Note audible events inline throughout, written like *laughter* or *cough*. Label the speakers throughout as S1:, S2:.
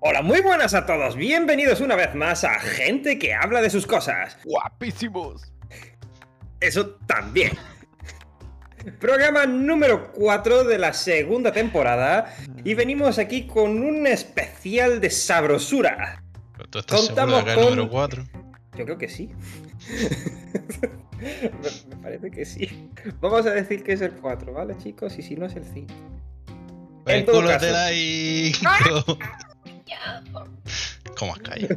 S1: Hola, muy buenas a todos. Bienvenidos una vez más a Gente que habla de sus cosas.
S2: Guapísimos.
S1: Eso también. Programa número 4 de la segunda temporada y venimos aquí con un especial de sabrosura.
S3: Pero tú estás
S1: Contamos
S3: seguro de que es
S1: con-
S3: el número 4.
S1: Yo creo que sí. *laughs* me, me parece que sí. Vamos a decir que es el 4, ¿vale, chicos? Y si no es el 5. En
S3: El
S1: todo
S3: culo
S1: caso.
S3: te da y. ¿Cómo has caído?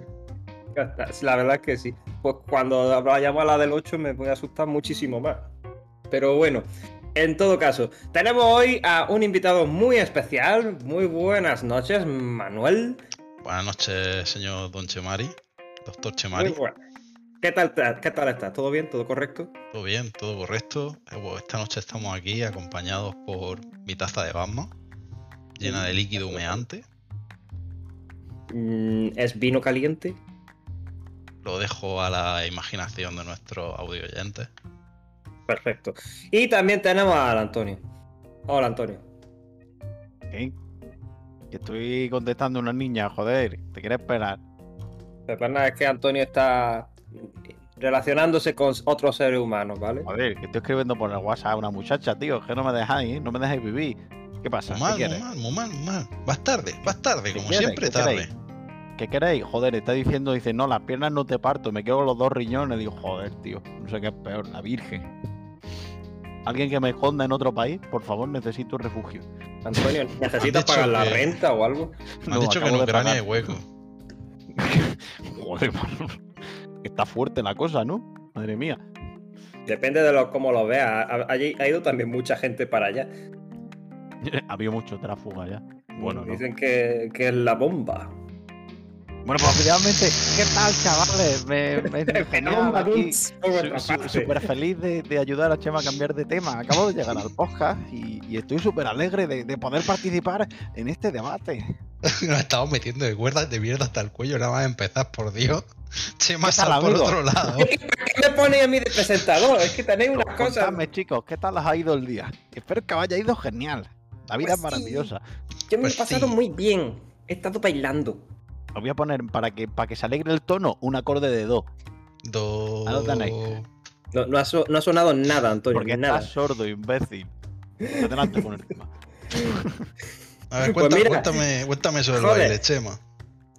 S1: Ya está, *laughs* La verdad es que sí. Pues cuando vayamos a la del 8 me voy a asustar muchísimo más. Pero bueno, en todo caso, tenemos hoy a un invitado muy especial. Muy buenas noches, Manuel.
S3: Buenas noches, señor Don Chemari. Doctor
S1: Muy
S3: Chemari.
S1: buenas. ¿Qué tal, ta- ¿Qué tal estás? ¿Todo bien? ¿Todo correcto?
S3: Todo bien, todo correcto. Eh, bueno, Esta noche estamos aquí acompañados por mi taza de Batman, llena de líquido humeante.
S1: Mm, ¿Es vino caliente?
S3: Lo dejo a la imaginación de nuestros audio oyentes.
S1: Perfecto. Y también tenemos al Antonio. Hola, Antonio.
S2: ¿Qué? Que estoy contestando a una niña, joder. Te quiero esperar.
S1: La verdad es que Antonio está relacionándose con otros seres humanos, ¿vale?
S2: Joder, que estoy escribiendo por el WhatsApp a una muchacha, tío. Que no me dejáis, ¿eh? no me dejáis vivir. ¿Qué pasa?
S3: Muy
S2: Ah, ¿Qué
S3: mal, muy
S2: quieres?
S3: mal, muy mal, muy mal. Vas tarde, vas tarde,
S2: ¿Qué
S3: como
S2: quieres?
S3: siempre
S2: ¿Qué
S3: tarde.
S2: queréis? ¿Qué queréis? Joder, está diciendo, dice, no, las piernas no te parto, me quedo con los dos riñones. Digo, joder, tío, no sé qué es peor, la virgen. ¿Alguien que me esconda en otro país? Por favor, necesito un refugio.
S1: Antonio, ¿necesitas
S3: dicho
S1: pagar la
S3: que-
S1: renta o algo?
S2: *laughs*
S3: Me han dicho que en
S2: acabo de
S3: Ucrania hay
S2: pagar.
S3: hueco.
S2: *laughs* Joder, Manolo. Está fuerte la cosa, ¿no? Madre mía. *laughs*
S1: Depende de lo, cómo lo veas. Ha, ha- ha ido también mucha gente para allá.
S2: Había mucho tráfuga ya. Bueno, no.
S1: Dicen que, que es la bomba.
S2: Bueno, pues finalmente, ¿qué tal, chavales? Me, me genial aquí. *laughs* Su- su- Súper feliz de, de ayudar a Chema a cambiar de tema. Acabo de llegar al podcast y, y estoy súper alegre de, de poder participar en este debate.
S3: *laughs* Nos estamos metiendo de cuerdas de mierda hasta el cuello, nada más empezar, por Dios. *laughs* Chema
S2: ¿Qué tal,
S3: sal por
S2: amigo?
S1: *laughs*
S3: otro lado.
S1: ¿Qué me pone a mí de presentador? Es que tenéis unas cosas.
S2: Contadme, chicos, ¿qué tal os ha ido el día? Espero que os haya ido genial. La
S1: Pues
S2: vida es
S1: sí.
S2: maravillosa.
S1: Yo me he
S3: Pues
S1: pasado
S3: sí.
S1: muy bien. He estado bailando.
S2: Os voy a poner, para que, para que se alegre el tono, un acorde de do.
S3: Do.
S2: ¿A dónde tenéis?
S1: No, no ha, so- no ha sonado nada, Antonio.
S2: Porque
S1: Pues nada.
S2: estás sordo, imbécil. Adelante con el tema.
S3: A
S1: Pues
S3: ver, cuéntame,
S1: mira.
S3: cuéntame, cuéntame sobre
S1: Joder.
S3: el baile, Chema.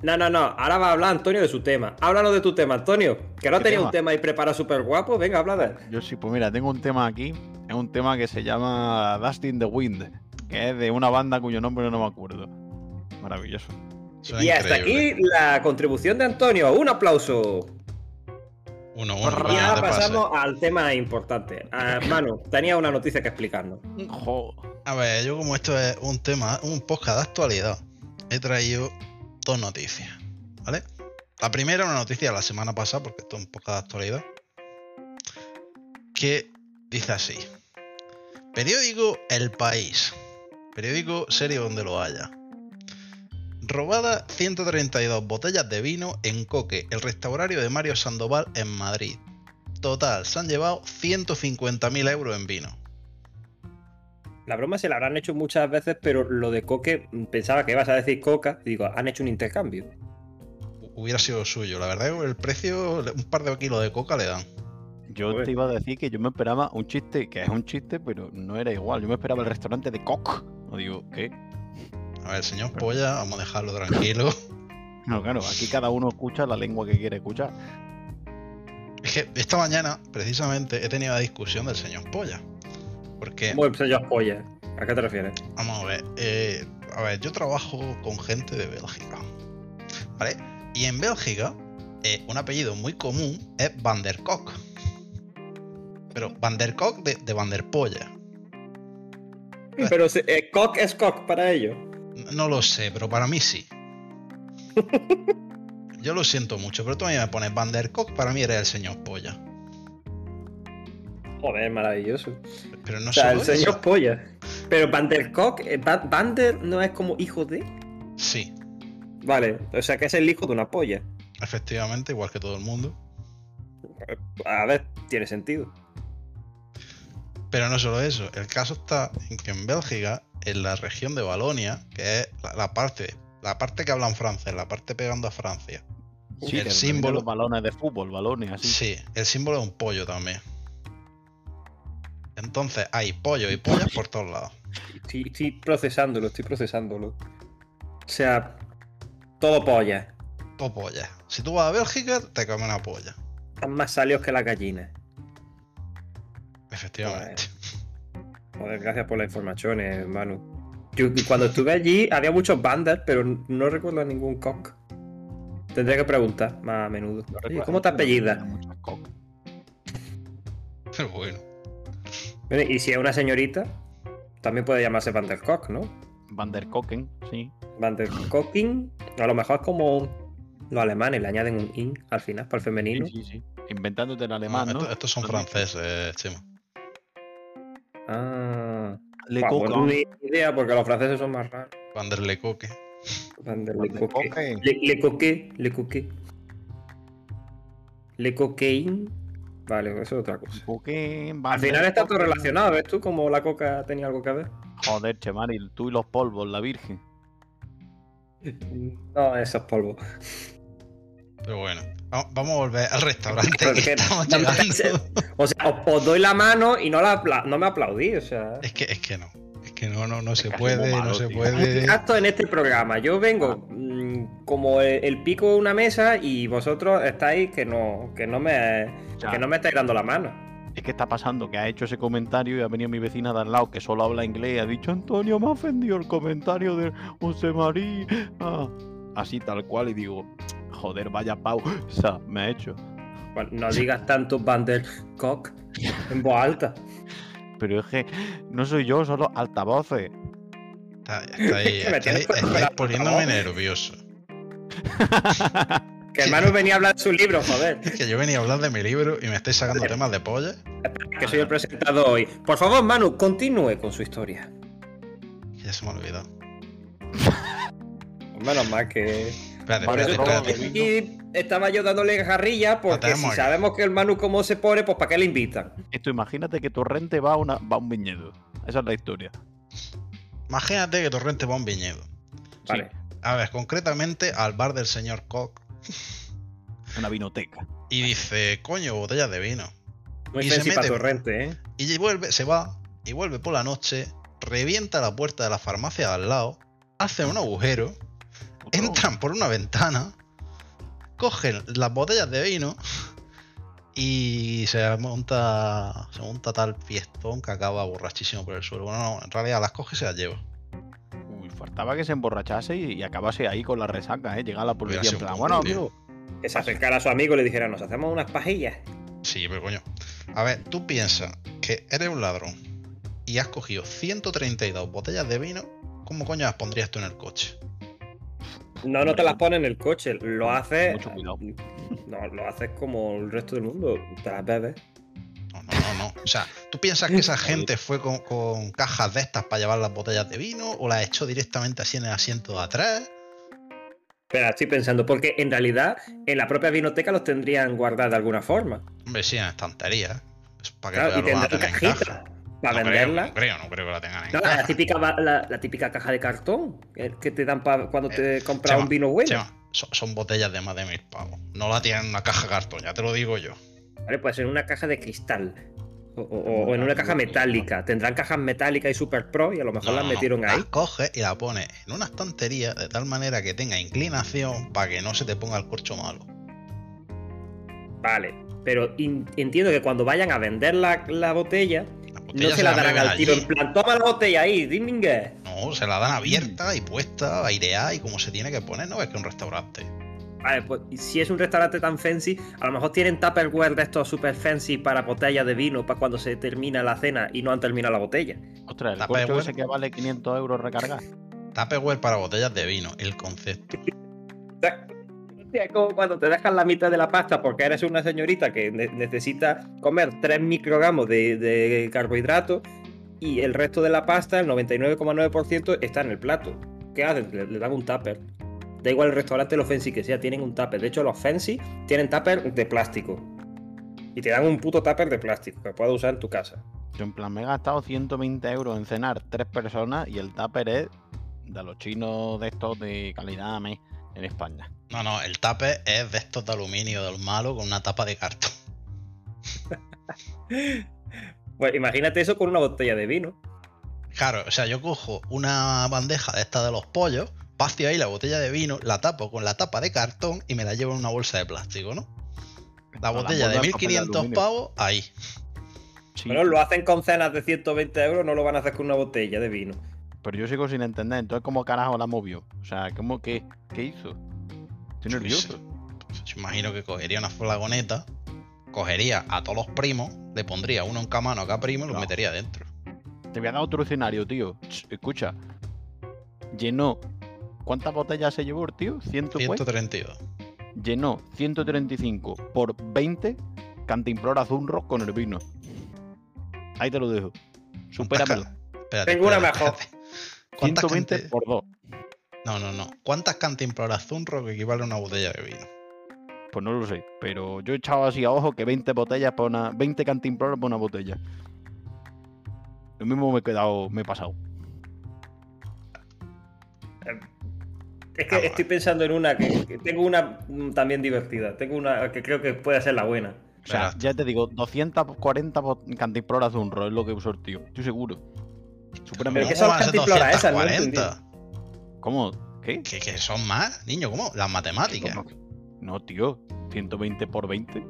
S1: No, no, no. Ahora va a hablar Antonio de su tema. Háblanos de tu tema, Antonio. Que no
S2: ¿Qué
S1: tenía un
S2: tema?
S1: tema ahí preparado súper guapo. Venga, habla de él.
S2: Yo sí, pues mira, tengo un tema aquí. Es un tema que se llama Dust in the Wind, que es de una banda cuyo nombre no me acuerdo. Maravilloso.
S3: Suena
S1: Y hasta
S3: increíble.
S1: aquí la contribución de Antonio. Un aplauso.
S3: Uno, uno,
S1: Y
S3: coño, no
S1: ahora
S3: te pases.
S1: pasamos al tema importante. Ah, Manu, tenía una noticia que explicarnos.
S2: Jo.
S3: A ver, yo como esto es un tema, un podcast de actualidad, he traído dos noticias, ¿vale? La primera, una noticia de la semana pasada, porque esto es un podcast de actualidad, que dice así. Periódico El País. Periódico serio donde lo haya. Robada 132 botellas de vino en Coque, el restaurario de Mario Sandoval en Madrid. Total, se han llevado 150.000 euros en vino.
S1: La broma se la habrán hecho muchas veces, pero lo de coque, mm, pensaba que ibas a decir coca. y Digo, han hecho un intercambio.
S3: hubiera sido suyo. La verdad es que el precio, un par de kilos de coca le dan.
S2: Yo
S1: Joder.
S2: te iba a decir que yo me esperaba un chiste, que es un chiste, pero no era igual. Yo me esperaba el restaurante de Coq. No digo, ¿qué?
S3: A ver, señor Polla, vamos a dejarlo tranquilo. *laughs*
S2: No, claro, aquí cada uno escucha la lengua que quiere escuchar.
S3: Es que esta mañana, precisamente, he tenido la discusión del señor Polla. Porque,
S1: Bueno, pues yo polla. ¿A qué te *laughs* refieres?
S3: vamos a ver, eh, a ver, yo trabajo con gente de Bélgica. ¿Vale? Y en Bélgica, eh, un apellido muy común es Van der Kock. Pero Van der Kock de, de Van der Polla.
S1: Pero se- eh, cock es cock para ellos.
S3: No lo sé, pero para
S1: *laughs*
S3: mí sí. Yo lo siento mucho, pero tú a mí me pones Van der Kock, para mí eres el señor Polla.
S1: Joder, maravilloso.
S3: Pero no
S1: o sea, el
S3: solo eso.
S1: señor polla. Pero Van der Cock, eh, Va- Van der no es como hijo de.
S3: Sí,
S1: Vale, o sea que es el hijo de una polla.
S3: efectivamente, igual que todo el mundo.
S1: A ver, tiene sentido.
S3: Pero no solo eso, el caso está en que en Bélgica, en la región de Valonia, que es la, la parte La parte que hablan francés, la parte pegando a Francia.
S2: Sí, el símbolo. Los balones de fútbol, balones así.
S3: Sí, el símbolo es un pollo también. Entonces hay pollo y pollas por todos lados.
S1: Estoy, estoy procesándolo, estoy procesándolo. O sea, todo polla.
S3: Todo polla. Si tú vas a Bélgica, te comen una polla.
S1: Están más salios que la gallina.
S3: Efectivamente.
S1: Joder. Joder, gracias por las informaciones, Manu. Yo cuando estuve allí había muchos banders, pero no recuerdo ningún cock. Tendría que preguntar más a menudo. No ¿Cómo te apellidas? No
S3: pero bueno.
S1: Y si es una señorita, también puede llamarse Vandercock, ¿no?
S2: Vanderkocken, sí.
S1: Vanderkocken, a lo mejor es como los alemanes, le añaden un in al final para el femenino.
S2: Sí, sí, sí. Inventándote el alemán, ¿no?
S3: Estos, estos son franceses, Chema.
S1: Ah. Le wow, coca. No idea porque los franceses son más raros.
S3: Van der Le Coque.
S1: Van der Le Coque. Le, le Coque. Le Coque. Le Coquein. Vale, eso es otra cosa.
S2: Coquein,
S1: Al final está todo relacionado, ¿ves tú? Como la coca tenía algo que ver.
S2: Joder, Chemaril, tú y los polvos, la virgen.
S1: No, esos polvos.
S3: Pero bueno, vamos a volver al restaurante. Que estamos no,
S1: o sea, os, os, doy la mano y no, la apla no me aplaudí. O sea.
S3: Es que, es que no. Es que no, no, no es se puede, malo, no se tío.
S1: *laughs*
S3: puede.
S1: Exacto en este programa. Yo vengo mmm, como el, el, pico de una mesa y vosotros estáis que no, que no me ya. que no me estáis dando la mano.
S2: Es que está pasando que ha hecho ese comentario y ha venido mi vecina de al lado que solo habla inglés y ha dicho Antonio me ha ofendido el comentario de José María. Ah, así tal cual y digo, joder, vaya pausa me ha hecho.
S1: Bueno, no digas tanto Vandercock en voz alta.
S2: Pero es que no soy yo, son los altavoces.
S3: Está, *laughs* está ahí, está ahí, estáis poniéndome nervioso.
S1: que hermano venía a hablar de su libro, joder.
S3: Es que yo venía a hablar de mi libro y me estáis sacando Pero, temas de polla.
S1: Que soy el presentador hoy. Por favor, Manu, continúe con su historia.
S3: Ya se me ha olvidado.
S1: Menos mal que
S3: Espérate, vale, espérate, espérate.
S1: Y estaba yo dándole jarrilla porque si sabemos que el Manu como se pone, pues ¿para qué le invitan?
S2: Esto, imagínate que Torrente va a, una, va a un viñedo. Esa es la historia.
S3: Imagínate que Torrente va a un viñedo.
S1: Vale.
S3: Sí. A ver, concretamente al bar del señor Koch.
S2: Una vinoteca.
S3: Y dice, coño, botellas de vino.
S1: Muy y se mete, Torrente, ¿eh?
S3: Y vuelve, se va, y vuelve por la noche, revienta la puerta de la farmacia de al lado, hace un agujero entran por una ventana, cogen las botellas de vino y se monta, se monta tal fiestón que acaba borrachísimo por el suelo. Bueno, no, en realidad las coge y se las lleva.
S2: Uy, faltaba que se emborrachase y, y acabase ahí con la resaca, ¿eh? Llega la policía en plan, bueno, amigo.
S1: Que se acercara a su amigo y le dijera, nos hacemos unas pajillas.
S3: Sí, pero coño. A ver, tú piensas que eres un ladrón y has cogido 132 botellas de vino, ¿cómo coño las pondrías tú en el coche?
S1: No, no te las pones en el coche, lo haces. Mucho cuidado. No, lo haces como el resto del mundo, te las bebes.
S3: No, no, no, no. O sea, ¿tú piensas
S1: *laughs*
S3: que esa gente fue con, con, cajas de estas para llevar las botellas de vino o las echó directamente así en el asiento de atrás?
S1: Pero estoy pensando, porque en realidad en la propia vinoteca los tendrían guardados de alguna forma.
S3: Hombre, sí, en estantería. Es
S1: para que claro, y tendrán cajitas para
S3: no
S1: venderla.
S3: Creo, no creo, no creo que la tengan en
S1: no,
S3: caja.
S1: La típica, la, la típica caja de cartón eh, que te dan para cuando eh, te compras Chema, un vino bueno. Chema,
S3: son, son, botellas de más de mil pavos. No la tienen en una caja de cartón, ya te lo digo yo.
S1: Vale, pues en una caja de cristal. O, o, o en una caja metálica. Tendrán cajas metálicas y super pro y a lo mejor no, las metieron ahí.
S3: Las coges y la pones en una estantería de tal manera que tenga inclinación para que no se te ponga el corcho malo.
S1: Vale, pero entiendo que cuando vayan a vender la, la botella, no se, se la darán al tiro. En plan, toma la botella ahí, Dimingue.
S3: No, se la dan abierta y puesta, aireada y como se tiene que poner, ¿no? Es que un restaurante.
S1: Vale, pues si es un restaurante tan fancy, a lo mejor tienen Tupperware de estos super fancy para botellas de vino para cuando se termina la cena y no han terminado la botella.
S2: Ostras, el Tupperware corcho ese que web? vale 500 euros recargar.
S3: Tupperware para botellas de vino, el concepto.
S1: Es como cuando te dejan la mitad de la pasta porque eres una señorita que ne necesita comer 3 microgramos de, de, carbohidrato y el resto de la pasta, el 99,9%, está en el plato. ¿Qué hacen? Le, le, dan un tupper. Da igual el restaurante, lo fancy que sea, tienen un tupper. De hecho, los fancy tienen tupper de plástico. Y te dan un puto tupper de plástico que puedes usar en tu casa.
S2: Yo en plan me he gastado 120 euros en cenar tres personas y el tupper es de los chinos de estos de calidad me, en España.
S3: No, no, el tape es de estos de aluminio del malo con una tapa de cartón.
S1: bueno, imagínate eso con una botella de vino.
S3: Claro, o sea, yo cojo una bandeja de esta de los pollos, vacío ahí la botella de vino, la tapo con la tapa de cartón y me la llevo en una bolsa de plástico, ¿no? La botella de 1500 pavos, ahí.
S1: Sí. Pero lo hacen con cenas de 120 euros, no lo van a hacer con una botella de vino.
S2: Pero yo sigo sin entender, entonces, ¿cómo carajo la movió? O sea, ¿cómo, qué, qué hizo? Estoy nervioso.
S3: Yo, Pues yo imagino que cogería una flagoneta, cogería a todos los primos, le pondría uno en cada mano a cada primo y los no. metería dentro.
S2: Te voy a dar otro escenario, tío. Ch, escucha. Llenó. ¿Cuántas botellas se llevó, tío?
S3: 100, 132.
S2: Pues? Llenó 135 por 20 cantimploras Zunro con el vino. Ahí te lo dejo.
S1: *laughs*
S2: Supéramelo.
S1: Espérate, Tengo una mejor.
S2: 120 cante... por 2.
S3: No, no, no. ¿Cuántas cantimploras Zunro que equivale a una botella de vino?
S2: Pues no lo sé, pero yo he echado así a ojo que 20 botellas por una. 20 cantimploras por una botella. Lo mismo me he quedado, me he pasado.
S1: Es que ah, estoy pensando en una que, que, tengo una mm, también divertida. Tengo una que creo que puede ser la buena.
S2: O sea, ¿verdad? ya te digo, 240 cantimploras de un rol es lo que usó el tío. Estoy seguro.
S1: Supera Pero que son las cantimploras esas,
S2: ¿no? ¿Cómo? ¿Qué?
S3: ¿Que, que son más, niño, ¿cómo? Las matemáticas.
S2: No, no, tío. 120 por 20.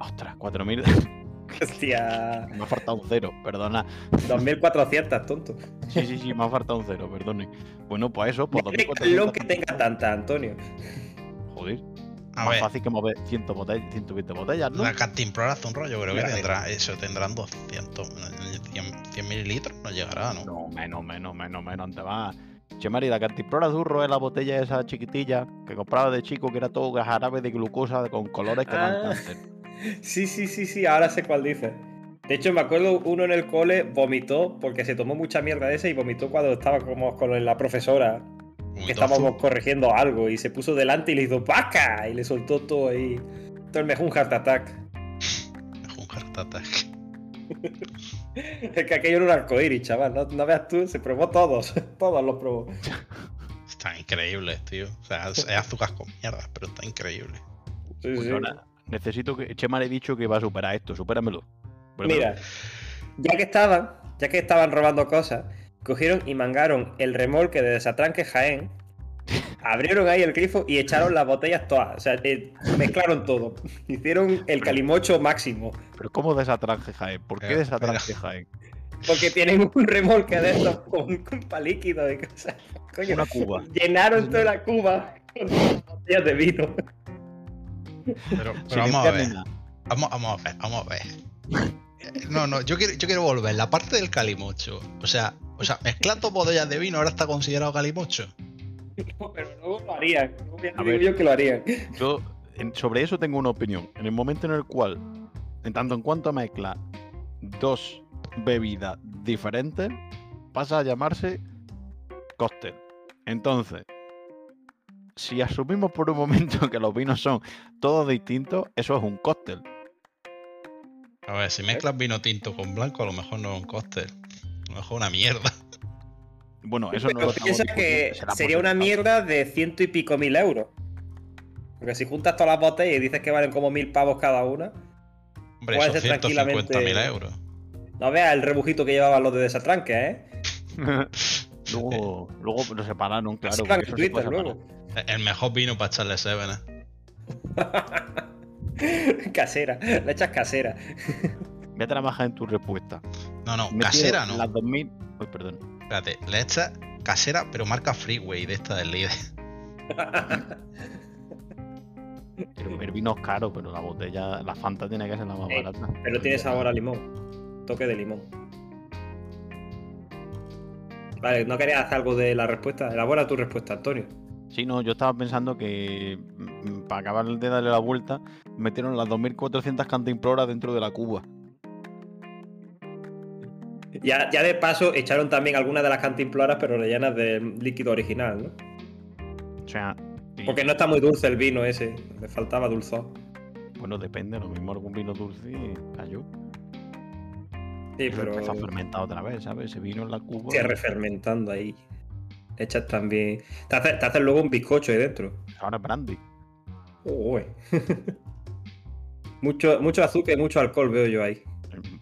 S2: Ostras, 4000.
S1: Hostia.
S2: *laughs* Me ha faltado un cero, perdona.
S1: 2400, tonto.
S2: Sí, sí, sí, me ha faltado un cero, perdone. Bueno, pues eso,
S1: pues lo que tenga tanta, Antonio.
S2: Joder. A más ver. fácil que mover 100 botellas, 120 botellas, ¿no?
S3: La Cantimplora hace un rollo, creo que tendrá eso, tendrán 200, 100, 100 mililitros, no llegará, ¿no?
S2: No, menos, menos, menos, menos, te va. Che, Mari, la Cantimplora Zurro es la botella esa chiquitilla que compraba de chico que era todo jarabe de glucosa con colores que dan ah. cáncer.
S1: Sí, sí, sí, sí, ahora sé cuál dice. De hecho, me acuerdo uno en el cole vomitó porque se tomó mucha mierda de esa y vomitó cuando estaba como con la profesora. Que estábamos azul? corrigiendo algo y se puso delante y le hizo ¡paca! Y le soltó todo ahí. Entonces me un heart attack.
S3: un heart attack.
S1: es que aquello era un arcoíris, chaval. No, no veas tú, se probó todos. *laughs* todos los probó.
S3: Están increíbles, tío. O sea, es azúcar con mierda, pero está increíble.
S2: Sí, pues sí. Ahora... Necesito que. Chema le he dicho que va a superar esto, supéramelo.
S1: Mira, ya que estaban, ya que estaban robando cosas, cogieron y mangaron el remolque de Desatranque Jaén, abrieron ahí el grifo y echaron las botellas todas. O sea, eh, mezclaron todo. *laughs* Hicieron el calimocho máximo.
S2: Pero ¿cómo Desatranque Jaén? ¿Por qué Desatranque Jaén?
S1: Porque tienen un remolque de estos con, con palíquido y cosas.
S2: Coño, Una cuba.
S1: Llenaron toda la cuba con botellas de vino.
S3: Pero, pero vamos, a ver. Vamos, vamos, a ver. Vamos, a ver, No, no, yo quiero, yo quiero volver. La parte del calimocho. O sea, o sea, mezclar dos botellas de vino ahora está considerado calimocho.
S1: No, pero no lo harían. No voy a, a ver, yo que lo harían.
S2: Yo sobre eso tengo una opinión. En el momento en el cual, en tanto en cuanto mezcla dos bebidas diferentes, pasa a llamarse cóctel. Entonces, si asumimos por un momento *laughs* que los vinos son todos distintos, eso es un cóctel.
S3: A ver, si mezclas vino tinto con blanco, a lo mejor no es un cóctel. A lo mejor una mierda.
S2: Bueno, eso Pero no
S1: lo piensa que sería una mierda de ciento y pico mil euros. Porque si juntas todas las botellas y dices que valen como mil pavos cada una,
S3: Hombre, puede ser tranquilamente. mil euros.
S1: No veas el rebujito que llevaban los de desatranque, ¿eh?
S2: luego, luego lo separaron, claro.
S1: Se en Twitter, se luego.
S3: El mejor vino para echarle Seven.
S1: ¿eh? *laughs* casera, la echas casera.
S2: Voy a trabajar en tu respuesta.
S3: No, no, Me casera no.
S2: Las 2000. Uy, perdón.
S3: Espérate, le echas casera, pero marca Freeway de esta del líder. *laughs*
S2: pero el vino es caro, pero la botella, la Fanta tiene que ser la más eh, barata.
S1: Pero tiene sabor a limón. Toque de limón. Vale, ¿no querías hacer algo de la respuesta? Elabora tu respuesta, Antonio.
S2: Sí, no, yo estaba pensando que mm, para acabar de darle la vuelta, metieron las 2.400 cantimploras dentro de la cuba.
S1: Ya, ya de paso echaron también algunas de las cantimploras, pero rellenas de líquido original,
S2: ¿no? O sea.
S1: Y... Porque no está muy dulce el vino ese, le faltaba dulzor.
S2: Bueno, depende, lo mismo algún vino dulce cayó.
S1: Sí, pero.
S2: Está fermentado otra vez, ¿sabes? Se vino en la cuba.
S1: Se refermentando ahí. hechas también. Te haces te haces luego un bizcocho ahí dentro.
S2: Ahora brandy.
S1: Uy. *laughs* mucho, mucho azúcar y mucho alcohol veo yo ahí.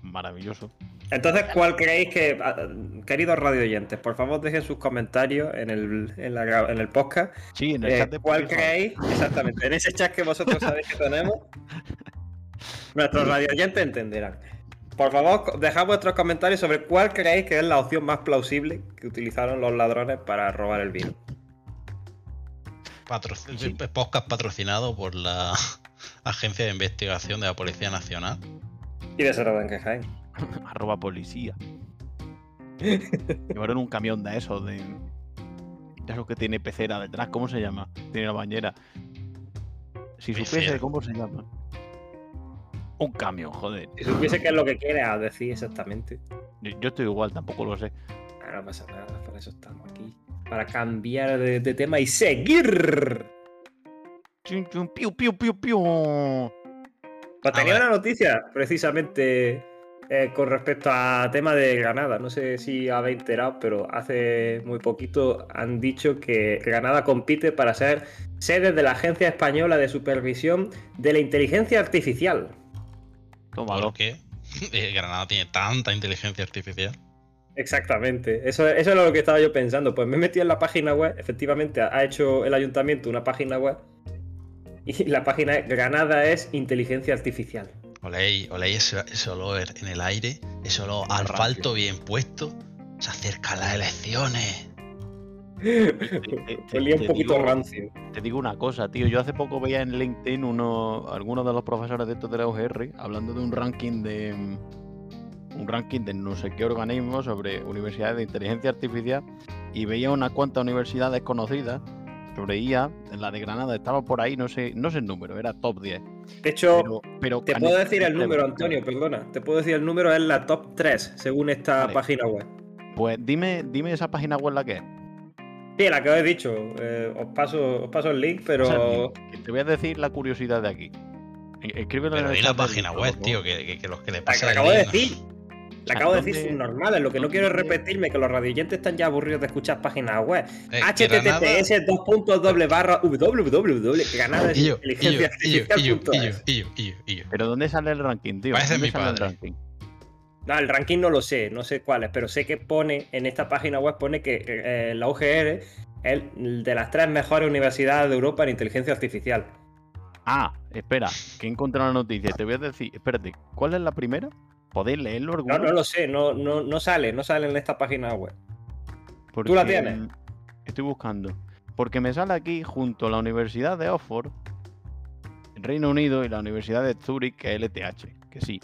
S2: Maravilloso.
S1: Entonces, ¿cuál creéis que, ah, queridos radio oyentes, por favor dejen sus comentarios en el, en la gra- en el podcast?
S2: Sí, en el
S1: Eh,
S2: chat de
S1: ¿Cuál
S2: Spotify.
S1: creéis? Exactamente, en ese chat que vosotros sabéis que
S2: *laughs*
S1: tenemos, nuestros radio oyentes entenderán. Por favor, co- dejad vuestros comentarios sobre cuál creéis que es la opción más plausible que utilizaron los ladrones para robar el vino.
S3: Patro- Podcast patrocinado por la *laughs* Agencia de Investigación de la Policía Nacional.
S1: Y de Cerrado en Jaén.
S2: Arroba policía. Llevaron un camión de esos, de. De esos que tiene pecera detrás, ¿cómo se llama? Tiene la bañera. Si
S3: Pecera.
S2: supiese cómo se llama. Un camión, joder.
S1: Si supiese qué es lo que quieras decir exactamente.
S2: Yo yo estoy igual, tampoco lo sé.
S1: Ah, no pasa nada, por eso estamos aquí. Para cambiar de, de tema y seguir.
S2: Chun, chun, piu, piu, piu, piu.
S1: Pues
S2: Ah,
S3: A
S1: tenía
S3: ver.
S1: una noticia precisamente eh, con respecto a tema de Granada. No sé si habéis enterado, pero hace muy poquito han dicho que Granada compite para ser sede de la Agencia Española de Supervisión de la Inteligencia Artificial.
S2: Tómalo.
S3: ¿Por qué? *laughs* Eh, Granada tiene tanta inteligencia artificial.
S1: Exactamente, eso, eso es lo que estaba yo pensando. Pues me he metido en la página web, efectivamente ha ha hecho el ayuntamiento una página web y *laughs* la página es Granada es Inteligencia
S2: *laughs*
S1: Artificial.
S3: Oléis, oléis ese, ese olor en el aire, ese olor
S2: Rancio.
S3: al falto bien puesto. Se acercan las elecciones.
S1: Olía un
S2: te
S1: poquito
S2: digo-
S1: rancio.
S2: Te digo una cosa, tío. Yo hace poco veía en LinkedIn uno, algunos de los profesores de estos de la UGR hablando de un ranking de mm, un ranking de no sé qué organismo sobre universidades de inteligencia artificial y veía unas cuantas universidades conocidas sobre IA. En la de Granada estaba por ahí, no sé, no sé el número, era top 10.
S1: De hecho,
S2: pero
S1: Te
S2: a
S1: puedo
S2: nivel
S1: decir el número,
S2: pregunta,
S1: Antonio, perdona. Te puedo decir el número, es la top 3, según esta
S2: Vale.
S1: página web.
S2: Pues dime, dime esa página web la que es.
S1: Sí, la que os he dicho. eh, os, paso, os paso el link,
S2: O sea,
S1: pero.
S2: que te voy a decir la curiosidad de aquí. E- Escríbelo en
S3: Pero
S2: el
S3: di
S2: chat
S3: la
S2: del
S3: página
S2: grupo,
S3: web,
S2: por
S3: tío, que, que- que los que le
S1: La que
S3: pasan.
S1: la
S3: el
S1: acabo de
S3: link, no-
S1: decir. La acabo de decir
S2: ¿Dónde-
S1: sin normales. Lo que no quiero es
S2: dónde-
S1: repetirme que los radioyentes están ya aburridos de escuchar páginas web.
S3: Eh, Granada-
S1: https dos puntos doble barra www granada
S3: Illo, illo,
S1: inteligencia
S3: illo, illo, illo,
S1: artificial.es.
S3: illo, illo, illo.
S2: Pero ¿dónde sale el ranking, tío?
S3: Parece
S2: ¿Dónde
S3: mi
S2: sale el
S3: padre.
S2: ranking?
S1: No, el ranking no lo sé, no sé cuál es, pero sé que pone en esta página web pone que eh, la UGR es el- de las tres mejores universidades de Europa en inteligencia artificial.
S2: Ah, espera, que he encontrado una noticia. Te voy a decir, espérate, ¿cuál es la primera? ¿Podéis leerlo
S1: No,
S2: alguno?
S1: no lo sé, no, no, no sale, no sale en esta página web.
S2: Porque
S1: la tienes?
S2: Estoy buscando. Porque me sale aquí junto a la Universidad de Oxford, en Reino Unido, y la Universidad de Zurich, que es LTH, que sí.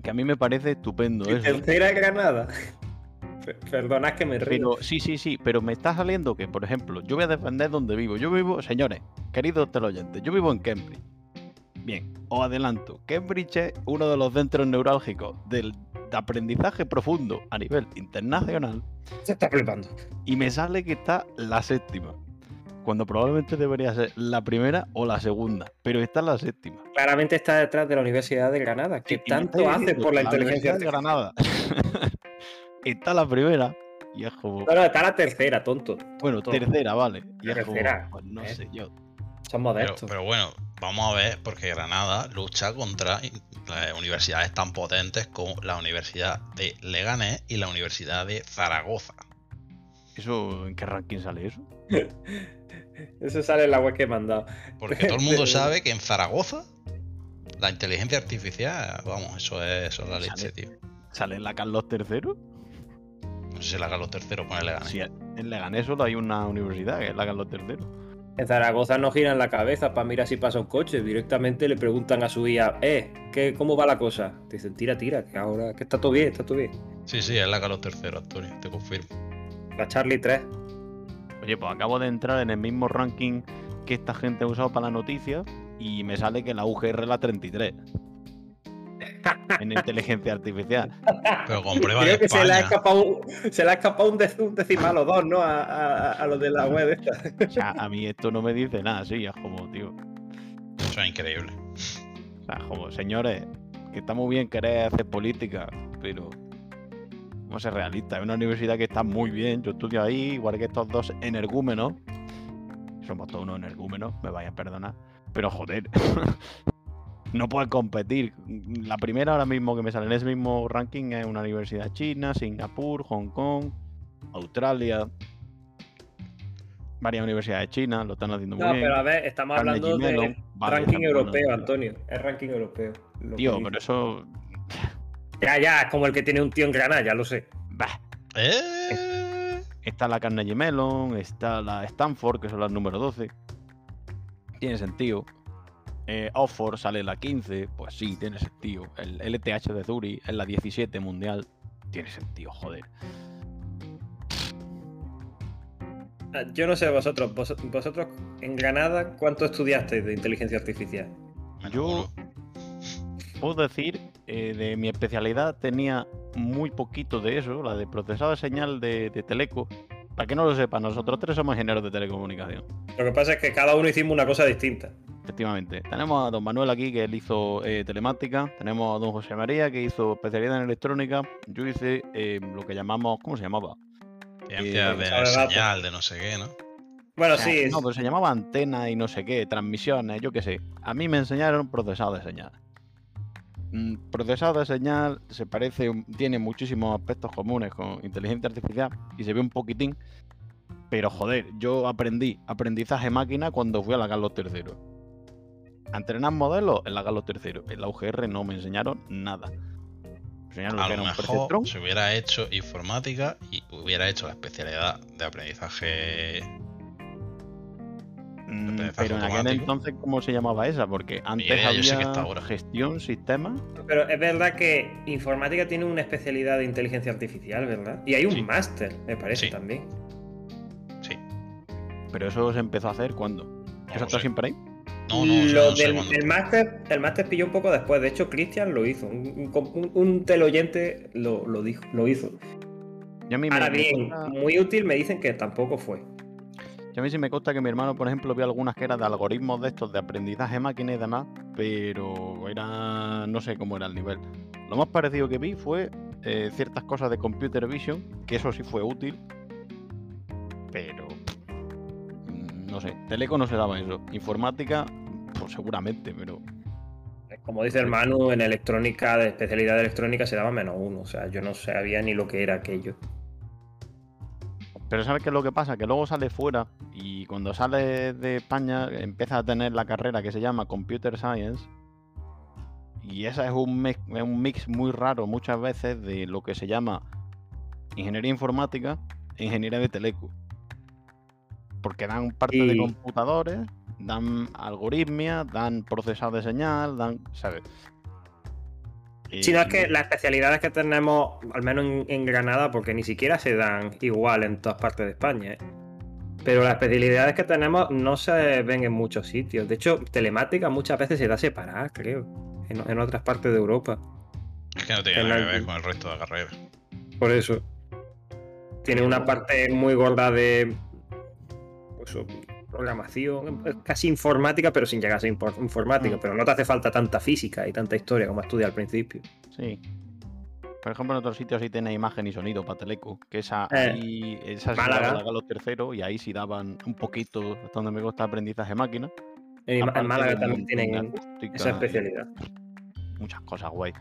S2: Que a mí me parece estupendo
S1: Y
S2: eso.
S1: tercera Granada. *laughs* Per- Perdonad que me río.
S2: Pero sí, sí, sí, pero me está saliendo que, por ejemplo, yo voy a defender donde vivo. Yo vivo, señores, queridos teleoyentes, yo vivo en Cambridge. Bien, os adelanto, Cambridge es uno de los centros neurálgicos del aprendizaje profundo a nivel internacional
S1: Se está flipando.
S2: y me sale que está la séptima, cuando probablemente debería ser la primera o la segunda, pero está la séptima.
S1: Claramente está detrás de la Universidad de Granada, que
S2: Y me
S1: tanto
S2: estáis
S1: hace
S2: diciendo,
S1: por la inteligencia
S2: Universidad de
S1: artificial.
S2: Granada. *laughs* está la primera y es como...
S1: No, no, está la tercera, tonto.
S2: Bueno,
S1: Tonto.
S2: tercera, vale. Y es como,
S1: Tercera,
S2: pues no
S1: ¿eh?
S2: sé yo.
S1: Son
S3: Pero,
S1: modestos.
S3: pero bueno, vamos a ver, porque Granada lucha contra eh, universidades tan potentes como la Universidad de Leganés y la Universidad de Zaragoza.
S2: ¿Eso en qué ranking sale eso?
S1: Eso sale en la web que he mandado.
S3: Porque
S1: *laughs*
S3: todo el mundo
S1: De-
S3: sabe que en Zaragoza la inteligencia artificial, vamos, eso es, eso es la
S2: Sale.
S3: leche, tío.
S2: ¿Sale en la Carlos III?
S3: No sé si la Carlos III pone Leganés.
S2: Sí, en Leganés solo hay una universidad que es la Carlos III.
S1: En Zaragoza no giran la cabeza para mirar si pasa un coche. Directamente le preguntan a su IA, eh, ¿qué, ¿cómo va la cosa? Dicen, tira, tira, que ahora que está todo bien, está todo bien.
S3: Sí, sí, es la Carlos III, Antonio, te confirmo.
S1: La Charlie 3.
S2: Oye, pues acabo de entrar en el mismo ranking que esta gente ha usado para la noticia y me sale que la UGR es
S1: *laughs*
S2: la 33. en inteligencia artificial.
S3: Pero comprueba
S1: Creo
S3: de
S1: que se le, ha
S3: España.
S1: escapado, un- se le ha escapado un, dec- un decimal o dos, ¿no? A, a- a los de la web esta.
S2: O sea, a mí esto no me dice nada, sí, es como, tío.
S3: Eso es increíble.
S2: Ah, O sea, como, señores, que está muy bien querer hacer política, pero Vamos a ser realistas, es una universidad que está muy bien. Yo estudio ahí, igual que estos dos energúmenos. Somos todos unos energúmenos, me vais a perdonar. Pero joder, *laughs* no puedes competir. La primera ahora mismo que me sale en ese mismo ranking es una universidad china, Singapur, Hong Kong, Australia. Varias universidades chinas lo están haciendo
S1: No,
S2: muy bien.
S1: pero a ver, estamos
S2: Carnegie
S1: hablando de
S2: Mellon, vale,
S1: ranking
S2: está bueno.
S1: europeo, Antonio. Es ranking europeo. lo
S2: Tío,
S1: que
S2: pero
S1: dice.
S2: eso.
S1: Ya, ya, es como el que tiene un tío en Granada, ya lo sé.
S2: bah.
S3: ¿Eh?
S2: Está la Carnegie Mellon, está la Stanford, que son las número 12. Tiene sentido. Eh, Oxford sale la 15, pues sí, tiene sentido. El LTH de Zurich es la 17 mundial. Tiene sentido, joder.
S1: Ah, Yo no sé vosotros, vos- vosotros en Granada, ¿cuánto estudiasteis de inteligencia artificial?
S2: Yo puedo decir, eh, de mi especialidad tenía muy poquito de eso, la de procesado de señal de, de teleco. Para que no lo sepa, nosotros tres somos ingenieros de telecomunicación.
S1: Lo que pasa es que cada uno hicimos una cosa distinta.
S2: Efectivamente. Tenemos a don Manuel aquí, que él hizo eh, telemática. Tenemos a don José María, que hizo especialidad en electrónica. Yo hice eh, lo que llamamos, ¿cómo se llamaba?
S3: Ciencia
S2: Eh,
S3: de
S1: sabe datos.
S3: señal, de no sé qué, ¿no?
S1: Bueno,
S2: O sea,
S1: sí, es-
S2: Ah, No, pues- pero se llamaba antena y no sé qué, transmisiones, yo qué sé. A mí me enseñaron procesado de señal. Mm, procesado de señal se parece, un- tiene muchísimos aspectos comunes con inteligencia artificial y se ve un poquitín. Pero joder, yo aprendí aprendizaje máquina cuando fui a la Carlos III. A entrenar modelos en la Carlos III. En la UGR no me enseñaron nada. Me enseñaron lo
S3: A
S2: que
S3: lo
S2: era un
S3: mejor
S2: perceptrón.
S3: se hubiera hecho informática y hubiera hecho la especialidad de aprendizaje.
S2: Mm,
S3: Aprendizaje
S2: Pero en aquel
S3: automático.
S2: entonces, ¿cómo se llamaba esa? Porque antes
S3: idea, yo
S2: había
S3: sé que está ahora.
S2: gestión, sistemas.
S1: pero es verdad que informática tiene una especialidad de inteligencia artificial, ¿verdad? Y hay un
S3: Sí.
S1: máster, me parece
S3: Sí.
S1: también.
S3: Sí.
S2: Pero eso se empezó a hacer cuando.
S3: No,
S2: ¿Eso
S3: lo
S2: está
S3: sé.
S2: siempre ahí?
S3: no, no, yo
S1: Lo
S3: no sé
S1: del,
S3: cuándo
S1: el
S3: fue.
S1: máster, el máster pilló un poco después. De hecho, Cristian lo hizo. Un, un- un teleoyente lo, lo dijo, lo hizo.
S2: Yo a mí, me, ah.
S1: Ahora
S2: me
S1: bien,
S2: consta-
S1: muy útil me dicen que tampoco fue.
S2: yo a mí sí me consta que mi hermano, por ejemplo, vio algunas que eran de algoritmos de estos, de aprendizaje máquina y demás, pero era. no sé cómo era el nivel. Lo más parecido que vi fue eh, ciertas cosas de computer vision, que eso sí fue útil, pero. mm, No sé, Teleco no se daba eso. Informática, pues seguramente, pero.
S1: Como dice el Manu, en electrónica, de especialidad de electrónica, se daba menos uno. O sea, yo no sabía ni lo que era aquello.
S2: Pero ¿sabes qué es lo que pasa? Que luego sale fuera y cuando sale de España empieza a tener la carrera que se llama Computer Science. Y esa es un mix, es un mix muy raro muchas veces de lo que se llama ingeniería informática e ingeniería de teleco. Porque dan parte de
S1: Y-
S2: computadores, dan algoritmia, dan procesado de señal, dan. ¿Sabes? Y-
S1: Si no es
S2: y-
S1: que las especialidades que tenemos, al menos en, en Granada, porque ni siquiera se dan igual en todas partes de España, ¿eh? pero las especialidades que tenemos no se ven en muchos sitios. De hecho, telemática muchas veces se da separada, creo, en, en otras partes de Europa.
S3: Es que no tiene nada que ver
S1: Adelante.
S3: con el resto de la carrera.
S1: Por eso. Tiene una parte muy gorda de pues, programación, es casi informática, pero sin llegar a ser infor- informática.
S2: Mm.
S1: Pero no te hace falta tanta física y tanta historia como estudia al principio.
S2: Sí. Por ejemplo, en otros sitios sí tiene imagen y sonido para Teleco, que esa,
S1: Eh,
S2: ahí, esa sí
S1: Málaga.
S2: daba la Galos tercero y ahí sí daban un poquito, hasta donde me gusta aprendizaje máquina.
S1: En, Ma- en
S2: aparte de
S1: Málaga
S2: un
S1: también
S2: montón de
S1: tienen
S2: acústica
S1: esa
S2: y
S1: especialidad.
S2: Muchas cosas guay.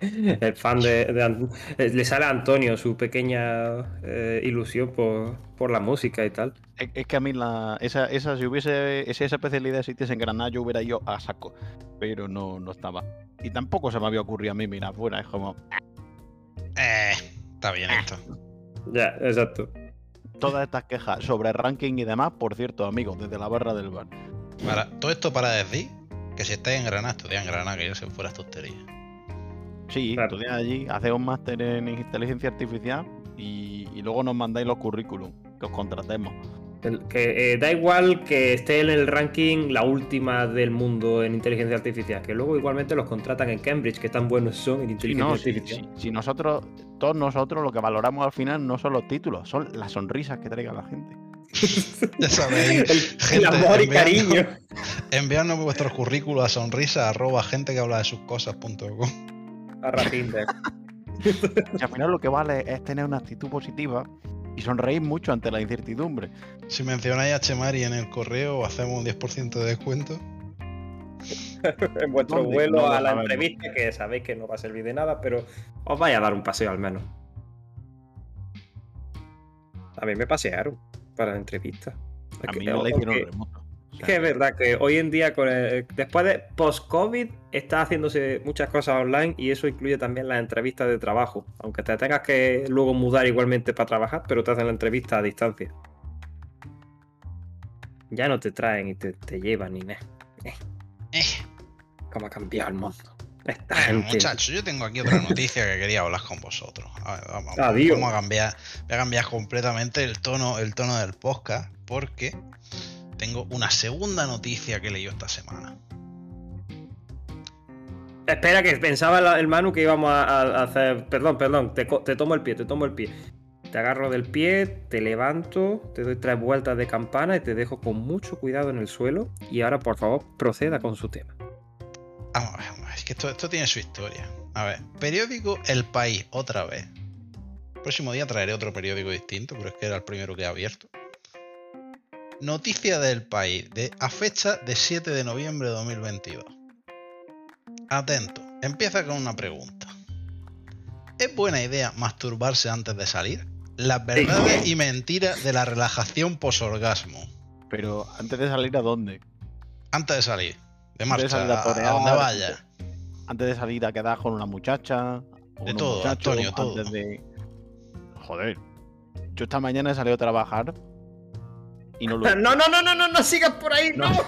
S1: El fan de, de An- eh, le sale a Antonio su pequeña eh, ilusión por, por la música y tal.
S2: Es, es que a mí la, esa, esa, si hubiese, si esa especialidad existiese en Granada, yo hubiera ido a saco, pero no, no estaba. Y tampoco se me había ocurrido a mí mirar afuera, es como,
S3: Eh, está bien
S1: Ah.
S3: esto.
S1: Ya, exacto.
S2: todas estas quejas sobre ranking y demás, por cierto, amigos, desde la barra del bar.
S3: Para, todo esto para decir que si estáis en Granada, estudiáis en Granada, que yo se fuera esta hostería.
S2: Sí,
S1: Claro.
S2: estudiáis allí, hacéis un máster en inteligencia artificial y, y luego nos mandáis los currículum que os contratemos.
S1: El- que eh, da igual que esté en el ranking la última del mundo en inteligencia artificial, que luego igualmente los contratan en Cambridge, que tan buenos son en
S2: Si,
S1: inteligencia
S2: no, si,
S1: artificial.
S2: si- si nosotros, todos nosotros, lo que valoramos al final no son los títulos, son las sonrisas que traiga la gente.
S3: *laughs* Ya sabéis,
S1: El, el
S3: gente,
S1: amor y
S3: enviando-
S1: cariño.
S3: enviadnos vuestros currículos a sonrisa arroba gente que habla de sus cosas punto com.
S1: A Ratinder.
S2: Y al final lo que vale es tener una actitud positiva y sonreír mucho ante la incertidumbre.
S3: Si mencionáis a Chemari en el correo, hacemos un 10% de descuento.
S1: en vuestro ¿Dónde? vuelo no, a la entrevista, que sabéis que no va a servir de nada, pero os vais a dar un paseo al menos. A mí me pasearon para la entrevista.
S2: A mí me la hicieron remoto.
S1: Es que es verdad que hoy en día, con el, después de post-COVID, está haciéndose muchas cosas online y eso incluye también las entrevistas de trabajo. Aunque te tengas que luego mudar igualmente para trabajar, pero te hacen la entrevista a distancia. Ya no te traen y te, te llevan ni nada. Eh. Eh. ¿Cómo ha cambiado el mundo?
S3: Esta bueno, muchachos, yo tengo aquí otra noticia que quería hablar con vosotros. A ver, vamos, Adiós. vamos, a cambiar, voy a cambiar completamente el tono, el tono del podcast porque tengo una segunda noticia que leí esta semana.
S1: Espera, que pensaba la, el Manu que íbamos a, a hacer. Perdón, perdón, te, te, tomo el pie, te tomo el pie. Te agarro del pie, te levanto, te doy tres vueltas de campana y te dejo con mucho cuidado en el suelo. Y ahora, por favor, proceda con su tema.
S3: Vamos a ver, vamos a ver. es que esto, esto tiene su historia. A ver, periódico El País, otra vez. El próximo día traeré otro periódico distinto, pero es que era el primero que he abierto. Noticia del país de, a fecha de 7 de noviembre de 2022. Atento, empieza con una pregunta. ¿Es buena idea masturbarse antes de salir? Las verdades y mentiras de la relajación posorgasmo.
S2: Pero antes de salir a dónde?
S3: Antes de salir, de marcha, de salir a, torear, a, donde vaya.
S2: Antes de salir a quedar con una muchacha.
S3: De todo, muchachos, Antonio, todo. Antes de...
S2: Joder. Yo esta mañana he salido a trabajar y no,
S1: lo he no, no, no, no, no, no sigas por ahí, no. no.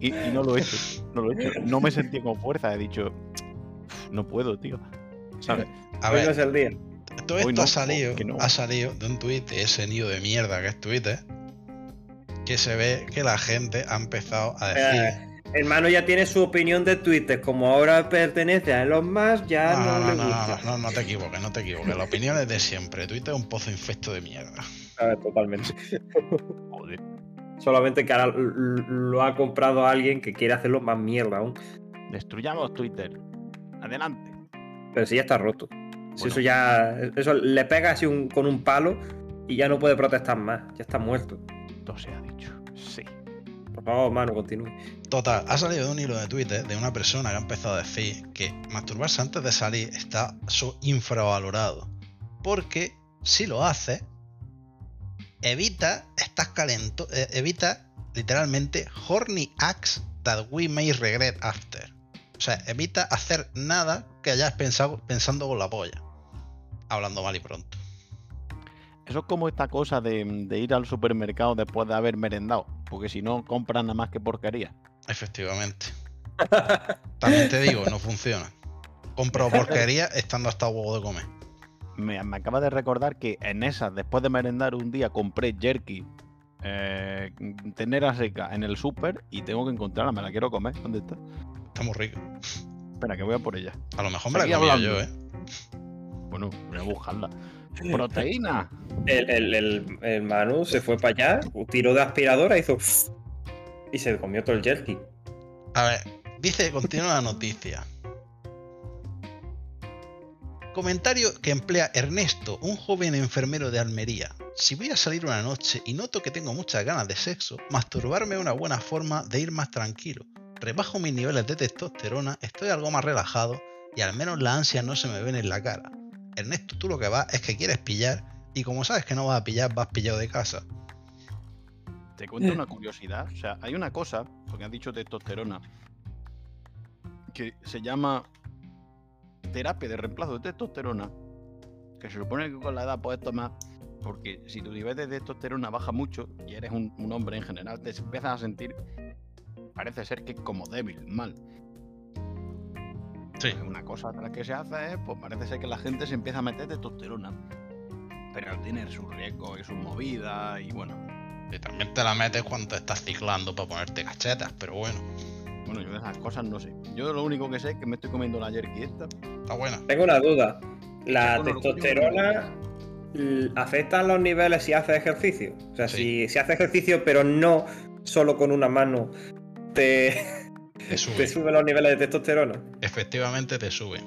S2: y, y, no lo he hecho, no lo he hecho. No me sentí con fuerza, he dicho, no puedo, tío. ¿Sabes?
S1: A ver, Hoy no es el día.
S3: Todo esto no, ha salido, ha salido de un tuit, ese nido de mierda que es Twitter, que se ve que la gente ha empezado
S1: Ah,
S3: a decir. Eh,
S1: hermano ya tiene su opinión de Twitter, como ahora pertenece a Elon Musk, ya ah, no, no, le gusta.
S3: No, no, no te equivoques, no te equivoques. La opinión es de siempre. Twitter es un pozo infecto de mierda.
S1: A ver, totalmente. Joder. Solamente que ahora lo ha comprado alguien que quiere hacerlo más mierda aún.
S2: Destruyamos Twitter. Adelante.
S1: Pero si ya está roto. Bueno. Si eso ya. Eso le pega así un, con un palo y ya no puede protestar más. Ya está muerto.
S2: No se ha dicho. Sí.
S1: Por favor, mano, continúe.
S3: Total, ha salido de un hilo de Twitter de una persona que ha empezado a decir que masturbarse antes de salir está so infravalorado. Porque si lo haces, evita, estás calento, eh, evita literalmente horny acts that we may regret after. O sea, evita hacer nada que hayas pensado pensando con la polla. Hablando mal y pronto.
S2: Eso es como esta cosa de, de ir al supermercado después de haber merendado, porque si no compran nada más que porquería.
S3: Efectivamente. También te digo, no funciona. Compro porquería estando hasta huevo de comer.
S2: Me, me, acaba de recordar que en esas, después de merendar un día, compré jerky, eh, tenera seca en el súper y tengo que encontrarla, me la quiero comer. ¿Dónde está?
S3: Está muy rica.
S2: Espera, que voy a por ella.
S3: A lo mejor me Seguí la comía yo, ¿eh?
S2: Bueno, voy a buscarla. ¡Proteína!
S1: El, el, el, el Manu se fue para allá, tiró de aspiradora, hizo... Y se comió todo el jerky.
S3: A ver, dice, continúa la noticia. Comentario que emplea Ernesto, un joven enfermero de Almería. Si voy a salir una noche y noto que tengo muchas ganas de sexo, masturbarme es una buena forma de ir más tranquilo. Rebajo mis niveles de testosterona, estoy algo más relajado y al menos las ansias no se me ven en la cara. Ernesto, tú lo que vas es que quieres pillar y como sabes que no vas a pillar, vas pillado de casa.
S2: Te cuento una curiosidad, o sea, hay una cosa, porque has dicho testosterona, que se llama terapia de reemplazo de testosterona, que se supone que con la edad puedes tomar, porque si tu nivel de testosterona baja mucho y eres un, un, hombre en general, te empiezas a sentir, parece ser que como débil, mal.
S3: Sí.
S2: Una cosa tras que se hace es, pues parece ser que la gente se empieza a meter testosterona, pero tiene sus riesgos y sus movidas y bueno.
S3: Y también te la metes cuando te estás ciclando para ponerte cachetas, pero bueno.
S2: Bueno, yo de esas cosas no sé. Yo lo único que sé es que me estoy comiendo la jerky esta.
S3: Está buena.
S1: Tengo una duda. ¿La testosterona afecta los niveles si hace ejercicio? O sea, sí. si, si hace ejercicio pero no solo con una mano, *laughs* te, te, sube. te suben los niveles de testosterona.
S3: Efectivamente te suben.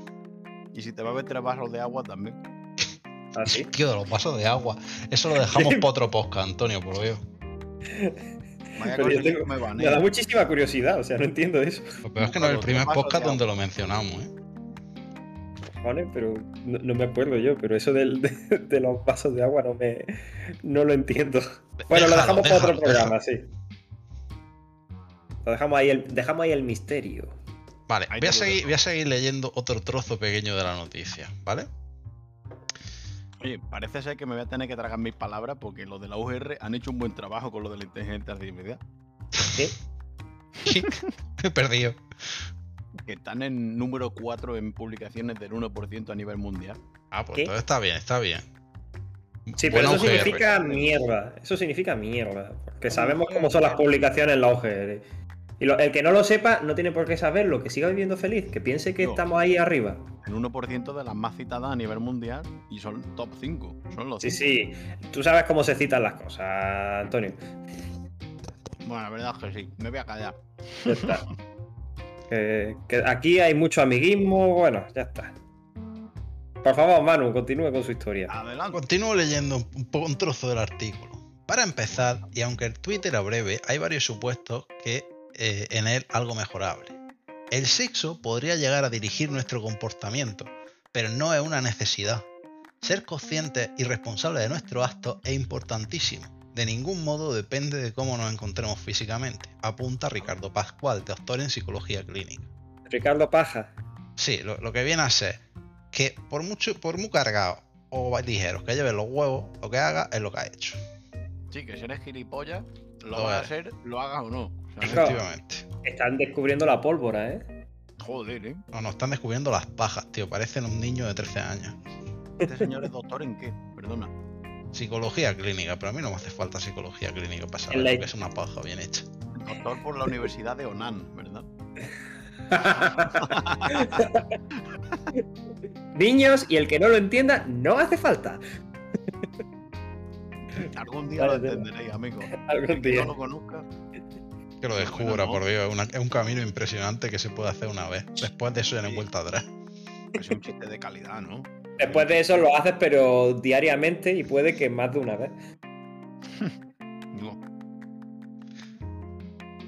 S2: Y si te bebes tres vasos de agua también.
S1: Así.
S3: Tío, de los vasos de agua. Eso lo dejamos para otro podcast, Antonio, por lo veo.
S2: Vaya
S1: Pero yo
S2: cosa que
S1: tengo-
S2: me van,
S1: Me da muchísima curiosidad, o sea, no entiendo eso.
S3: Lo peor es que no es el primer podcast donde lo mencionamos, ¿eh?
S1: Vale, pero no, no me acuerdo yo, pero eso del- *laughs* de, de los vasos de agua no me no lo entiendo. Bueno,
S3: Déjalo,
S1: lo dejamos para otro
S3: déjalo,
S1: programa, sí. Lo dejamos ahí el, dejamos ahí el misterio.
S3: Vale,
S2: Ahí
S3: voy a,
S2: te lo
S3: seguir,
S2: dejo.
S3: voy a seguir leyendo otro trozo pequeño de la noticia, ¿vale? *laughs*
S2: Oye, parece ser que me voy a tener que tragar mis palabras porque los de la UGR han hecho un buen trabajo con lo de la inteligencia artificial.
S3: Me he perdido.
S2: Que están en número 4 en publicaciones del 1% a nivel mundial.
S3: Ah, pues
S1: ¿Qué?
S3: entonces está bien, está bien.
S1: Sí, pero
S3: Buena
S1: eso
S3: UGR.
S1: significa mierda. Eso significa mierda. Porque sabemos cómo son las publicaciones en la OGR. Y lo- el que no lo sepa no tiene por qué saberlo, que siga viviendo feliz, que piense que
S2: No.
S1: estamos ahí arriba.
S2: El 1% de las más citadas a nivel mundial y son top 5. Son los
S1: Sí,
S2: cinco.
S1: sí. Tú sabes cómo se citan las cosas, Antonio.
S2: Bueno, la verdad es que sí. Me voy a callar.
S1: Ya está. que, que aquí hay mucho amiguismo. Bueno, ya está. Por favor, Manu, continúe con su historia.
S2: Adelante.
S3: Continúo leyendo un, po- un trozo del artículo. Para empezar, y aunque el tweet era breve, hay varios supuestos que eh, en él algo mejorable. El sexo podría llegar a dirigir nuestro comportamiento, pero no es una necesidad. Ser conscientes y responsables de nuestros actos es importantísimo. De ningún modo depende de cómo nos encontremos físicamente, apunta Ricardo Pascual, doctor en psicología clínica.
S1: Ricardo Paja.
S3: Sí, lo, lo que viene a ser que por mucho, por muy cargado o va- ligeros que lleven los huevos, lo que haga es lo que ha hecho.
S2: Sí, que si eres gilipollas, lo
S3: Lo
S2: vas a
S3: eres.
S2: hacer, lo hagas o no. ¿sabes?
S1: Claro.
S3: Efectivamente.
S1: Están descubriendo la pólvora, ¿eh?
S2: Joder, ¿eh?
S3: No, nos están descubriendo las pajas, tío. Parecen un niño de 13 años.
S2: Este señor es doctor en qué? Perdona.
S3: Psicología clínica, pero a mí no me hace falta psicología clínica para saber
S1: En la-
S3: lo que es una paja bien hecha.
S2: Doctor por la Universidad de Onan, ¿verdad?
S1: Niños, y el que no lo entienda, no hace falta.
S2: Algún día lo
S1: Vale, tela.
S2: entenderéis, amigo.
S1: *laughs* Algún
S2: Que
S1: día.
S2: no lo conozca.
S3: Que lo
S2: Bueno,
S3: descubra,
S2: no.
S3: por Dios. Es, una- es un camino impresionante que se puede hacer una vez. Después de eso ya no hay
S2: Sí.
S3: vuelta atrás.
S2: Es un chiste de calidad, ¿no?
S1: Después de eso lo haces, pero diariamente y puede que más de una vez.
S2: No.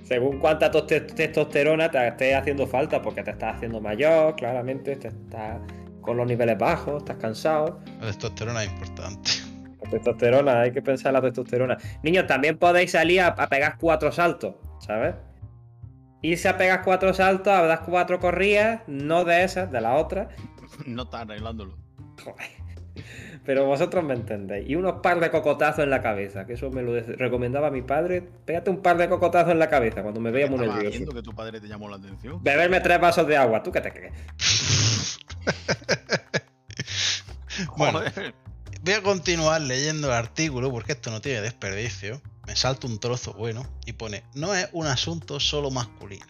S1: Según cuánta toste- testosterona te esté haciendo falta, porque te estás haciendo mayor, claramente, te estás con los niveles bajos, estás cansado.
S3: La testosterona es importante.
S1: La testosterona, hay que pensar en la testosterona. Niños, también podéis salir a, a pegar cuatro saltos, ¿sabes? Irse a pegar cuatro saltos, a dar cuatro corridas, no de esas, de la otra.
S2: No está arreglándolo.
S1: Joder. Pero vosotros me entendéis. Y unos par de cocotazos en la cabeza, que eso me lo de- recomendaba mi padre. Pégate un par de cocotazos en la cabeza cuando me vea muy
S2: Estaba
S1: nervioso.
S2: viendo que tu padre te llamó la atención.
S1: Beberme tres vasos de agua, ¿tú qué te crees? *laughs*
S3: Bueno.
S2: Joder.
S3: Voy a continuar leyendo el artículo porque esto no tiene desperdicio. Me salto un trozo bueno y pone, no es un asunto solo masculino.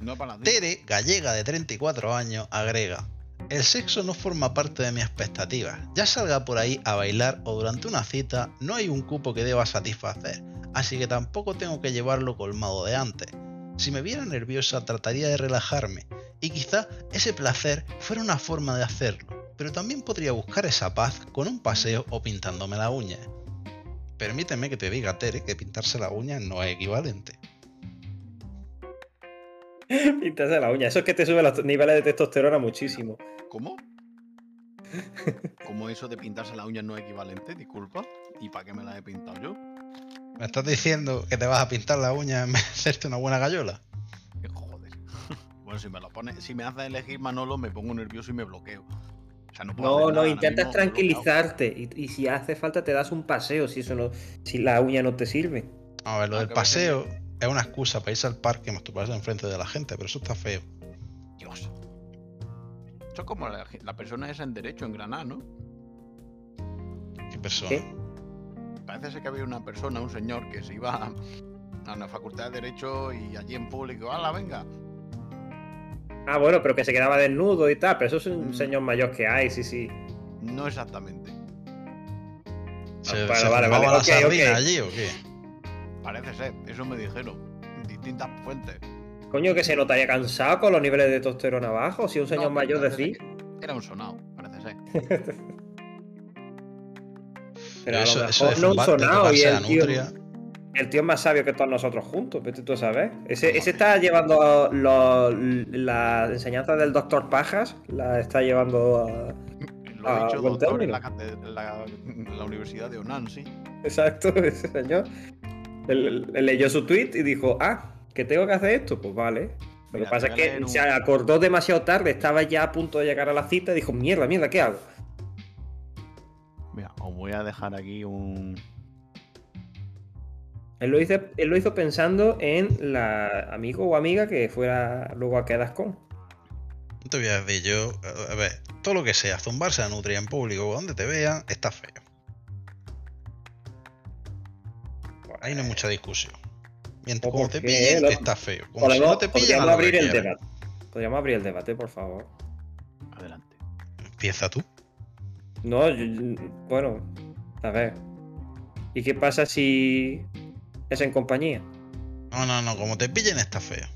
S2: No para ti.
S3: Tere, gallega de 34 años, agrega, el sexo no forma parte de mis expectativas. Ya salga por ahí a bailar o durante una cita, no hay un cupo que deba satisfacer, así que tampoco tengo que llevarlo colmado de antes. Si me viera nerviosa trataría de relajarme, y quizá ese placer fuera una forma de hacerlo, pero también podría buscar esa paz con un paseo o pintándome la uña. Permíteme que te diga, Tere, que pintarse la uña no es equivalente.
S1: Y te hace la uña. Eso es que te sube los niveles de testosterona muchísimo.
S2: ¿Cómo? ¿Cómo eso de pintarse la uña no es equivalente? Disculpa. ¿Y para qué me la he pintado yo?
S3: ¿Me estás diciendo que te vas a pintar la uña en vez de hacerte una buena gallola?
S2: Que Joder. *laughs* Bueno, si me lo pones, si me haces elegir Manolo, me pongo nervioso y me bloqueo. O sea, no puedo hacer
S1: No,
S2: nada
S1: no,
S2: ahora
S1: intentas
S2: mismo, estoy bloqueado.
S1: tranquilizarte y, y si hace falta te das un paseo si eso no, si la uña no te sirve.
S3: A ver, lo
S2: Ah,
S3: del
S2: que
S3: paseo es una excusa para irse al parque y masturbarse enfrente de la gente, pero eso está feo.
S2: Dios. Eso es como la, la persona esa en derecho en Granada, ¿no?
S3: Qué persona.
S1: ¿Qué?
S2: Parece ser que había una persona, un señor, que se iba a, a la facultad de Derecho y allí en público, ¡hala, venga!
S1: Ah, bueno, pero que se quedaba desnudo y tal, pero eso es un
S2: Mm.
S1: señor mayor que hay, sí, sí.
S2: No exactamente.
S3: ¿Se,
S1: Ah, Vale,
S3: se
S1: vale,
S3: fumaba
S1: vale,
S3: la
S1: ok,
S3: sardina
S1: ok.
S3: allí o qué?
S2: Parece ser, eso me dijeron. Distintas fuentes.
S1: Coño, que se notaría cansado con los niveles de testosterona bajos si un señor
S2: No,
S1: mayor
S2: parece
S1: decís.
S2: que- Era un sonado, parece ser.
S1: Pero a
S3: Eso-
S1: lo
S3: eso
S1: mejor
S3: de
S1: no un
S3: zumbar- de
S1: sonado y
S3: tocarse
S1: el
S3: la
S1: tío,
S3: nutria.
S1: el tío es más sabio que todos nosotros juntos, vete tú a saber. Ese,
S3: Madre.
S1: ese está llevando lo- la enseñanza del doctor Pajas, la está llevando a...
S2: Lo ha
S1: Ah,
S2: dicho
S1: buen
S2: doctor en
S1: término.
S2: la, cate- en la- en la Universidad de Onansi.
S1: Exacto, *laughs* ese señor. Él- él leyó su tweet y dijo, ah, que tengo que hacer esto, pues vale. Lo que
S2: Mira,
S1: pasa
S2: te
S1: es
S2: voy a
S1: que
S2: leer un-
S1: se acordó demasiado tarde, estaba ya a punto de llegar a la cita y dijo, mierda, mierda, ¿qué hago?
S2: Mira, os voy a dejar aquí un.
S1: Él lo, hizo, él lo hizo pensando en la amigo o amiga que fuera luego a quedar con.
S3: No te voy a decir yo. A a ver, todo lo que sea, zumbarse a nutria en público o donde te vean, está feo. Ahí no hay mucha discusión. Mientras
S1: Eh. ¿O
S3: como
S1: por
S3: te
S1: qué?
S3: pillen,
S1: Lo-
S3: está feo. Como si no te pillan,
S1: podríamos
S3: a
S1: abrir el debate. Podríamos abrir el debate, por favor.
S2: Adelante.
S3: Empieza tú.
S1: No, yo- yo- bueno, a ver. ¿Y qué pasa si es en compañía?
S3: No, no, no, como te pillen, está feo.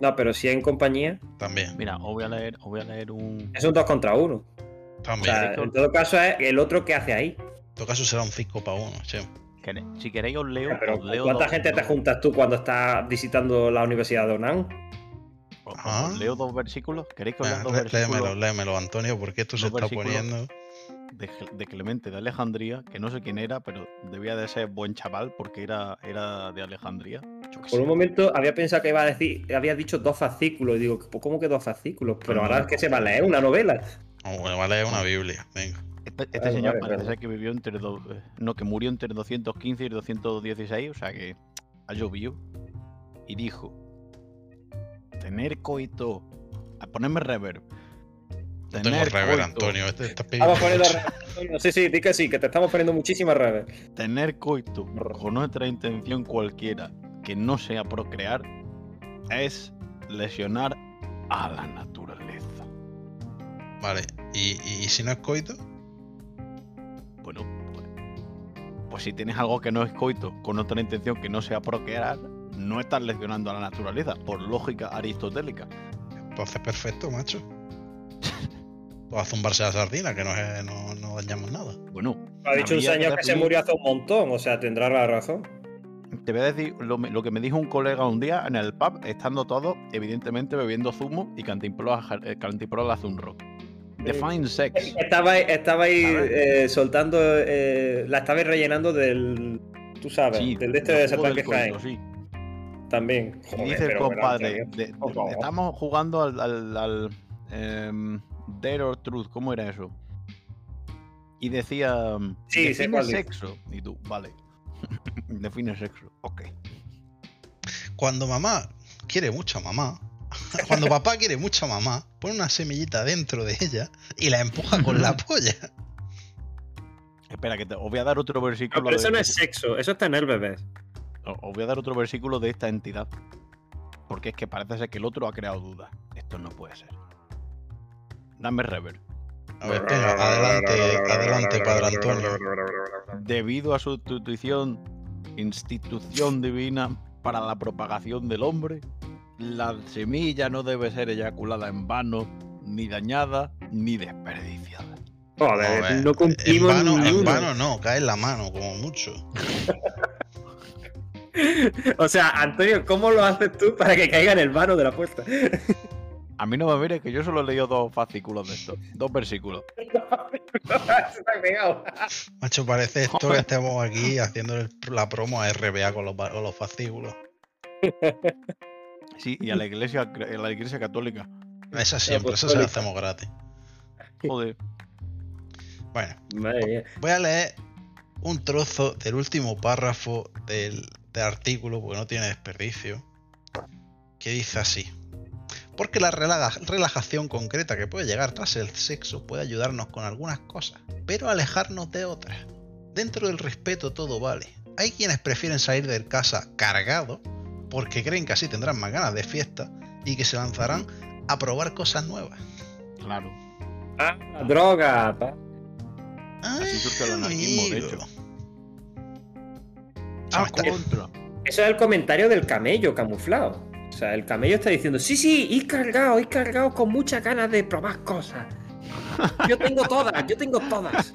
S1: No, pero si es en compañía,
S3: También,
S2: Mira, os voy a leer, os voy a leer un.
S1: es un dos contra uno. O
S3: también.
S1: sea,
S2: Víctor.
S1: en todo caso es el otro que hace ahí.
S3: en todo caso será un 5 para 1, che.
S2: Quere- Si queréis os leo.
S1: Pero
S2: os leo
S1: ¿cuánta
S2: dos-
S1: gente te
S2: dos-
S1: juntas tú cuando estás visitando la Universidad de Onan?
S2: os- os
S3: Ajá.
S2: leo dos versículos. ¿Queréis que os lea
S3: Ah,
S2: dos
S3: lé- Léemelo,
S2: versículos
S3: léemelo, Antonio, porque esto se
S2: Dos
S3: está
S2: versículos.
S3: poniendo.
S2: de, Cle- de Clemente de Alejandría? Que no sé quién era, pero debía de ser buen chaval porque era, era de Alejandría. Yo qué
S1: Por
S2: sé.
S1: un momento había pensado que iba a decir, había dicho dos fascículos. Y digo, ¿cómo que dos fascículos? Pero
S2: No,
S1: ahora
S2: no,
S1: es que
S2: no.
S1: se va a leer una novela.
S3: Oh, bueno, vale, es una Biblia. Venga.
S2: Este, este
S1: Ah, Vale,
S2: señor
S1: vale,
S2: parece
S1: perdón.
S2: ser que vivió entre dos, eh, no, que murió entre 215 y 216, o sea que ha llovido. Y dijo: Tener coito. A ponerme reverb.
S3: No tengo rever,
S2: coito- Ah,
S3: Antonio. Este estás pidiendo.
S1: Estamos poniendo
S3: mucho.
S1: Antonio, Sí, sí, di que sí, que te estamos poniendo muchísimas redes.
S2: Tener coito con otra intención cualquiera que no sea procrear es lesionar a la naturaleza.
S3: Vale, ¿Y, y, y si no es coito?
S2: Bueno, pues, pues si tienes algo que no es coito con otra intención que no sea procrear, no estás lesionando a la naturaleza, por lógica aristotélica.
S3: Entonces, perfecto,
S2: *laughs*
S3: macho. Pues a zumbarse la sardina, que no, es- no, no dañamos nada.
S2: Bueno,
S1: Ha dicho un
S2: habría
S1: señor que se
S2: definir-
S1: murió hace un montón, o sea, tendrá la razón.
S2: Te voy a decir lo, me- lo que me dijo un colega un día en el pub, estando todos, evidentemente, bebiendo zumo y cantimplora, ja- eh, cantimplora zumro. Define sex.
S1: Estabais, estabais
S2: A ver.
S1: eh, soltando, eh, la estabais rellenando del. Tú sabes,
S2: Sí,
S1: del de este
S2: del
S1: de
S2: juego
S1: Satan
S2: del
S1: que
S2: cuento,
S1: Jaén.
S2: sí.
S1: También.
S2: Y
S1: Joder,
S2: dice el
S1: pero bueno,
S2: compadre,
S1: Antonio,
S2: de- de-
S1: por favor.
S2: estamos jugando al, al, al, em, Dare or Truth, ¿cómo era eso? Y decía, em,
S1: Sí, sé
S2: define
S1: cuál dice.
S2: sexo. Y tú, vale, *laughs* define sexo, ok.
S3: Cuando mamá quiere mucho a mamá, *laughs* cuando papá quiere mucho a mamá, pone una semillita dentro de ella y la empuja con
S2: *laughs*
S3: la polla.
S2: Espera, que te, os voy a dar otro versículo.
S1: No, Ah, pero
S2: de-
S1: eso no es sexo, eso está en el bebé.
S2: O- Os voy a dar otro versículo de esta entidad. Porque es que parece ser que el otro ha creado dudas. Esto no puede ser. Dame rever.
S3: A ver, venga, adelante, adelante, padre Antonio.
S2: Debido a su institución, institución divina para la propagación del hombre, la semilla no debe ser eyaculada en vano, ni dañada, ni desperdiciada.
S1: Joder,
S3: Joder,
S1: no
S3: eh, En
S1: cumplimos
S3: vano,
S1: ni
S3: en
S1: uno.
S3: vano no, cae en la mano, como mucho.
S1: O sea, Antonio, ¿cómo lo haces tú para que caiga en el vano de la apuesta?
S2: A mí no me mires que yo solo he leído dos fascículos de esto, dos versículos.
S1: Se me ha pegado.
S3: Macho, parece esto que estemos aquí haciendo el- la promo a RBA con los, ba- con los fascículos.
S2: Sí, y a la iglesia, a la iglesia católica.
S3: Esa siempre, eso se la hacemos gratis.
S2: Joder.
S3: Bueno,
S1: Madre mía.
S3: Voy a leer un trozo del último párrafo del, del artículo, porque no tiene desperdicio, que dice así. Porque la relaja- relajación concreta que puede llegar tras el sexo puede ayudarnos con algunas cosas, pero alejarnos de otras. Dentro del respeto todo vale. Hay quienes prefieren salir de casa cargados porque creen que así tendrán más ganas de fiesta y que se lanzarán a probar cosas nuevas.
S2: Claro.
S1: Ah, droga. pa. Ah,
S2: Así surge el anarquismo, de
S3: Amigo.
S2: hecho.
S3: Ah,
S2: Ah,
S3: está-
S2: contra.
S1: Eso es el comentario del camello camuflado. O sea, el camello está diciendo, sí, sí, y cargado, y cargado con muchas ganas de probar cosas. Yo tengo todas, yo tengo todas.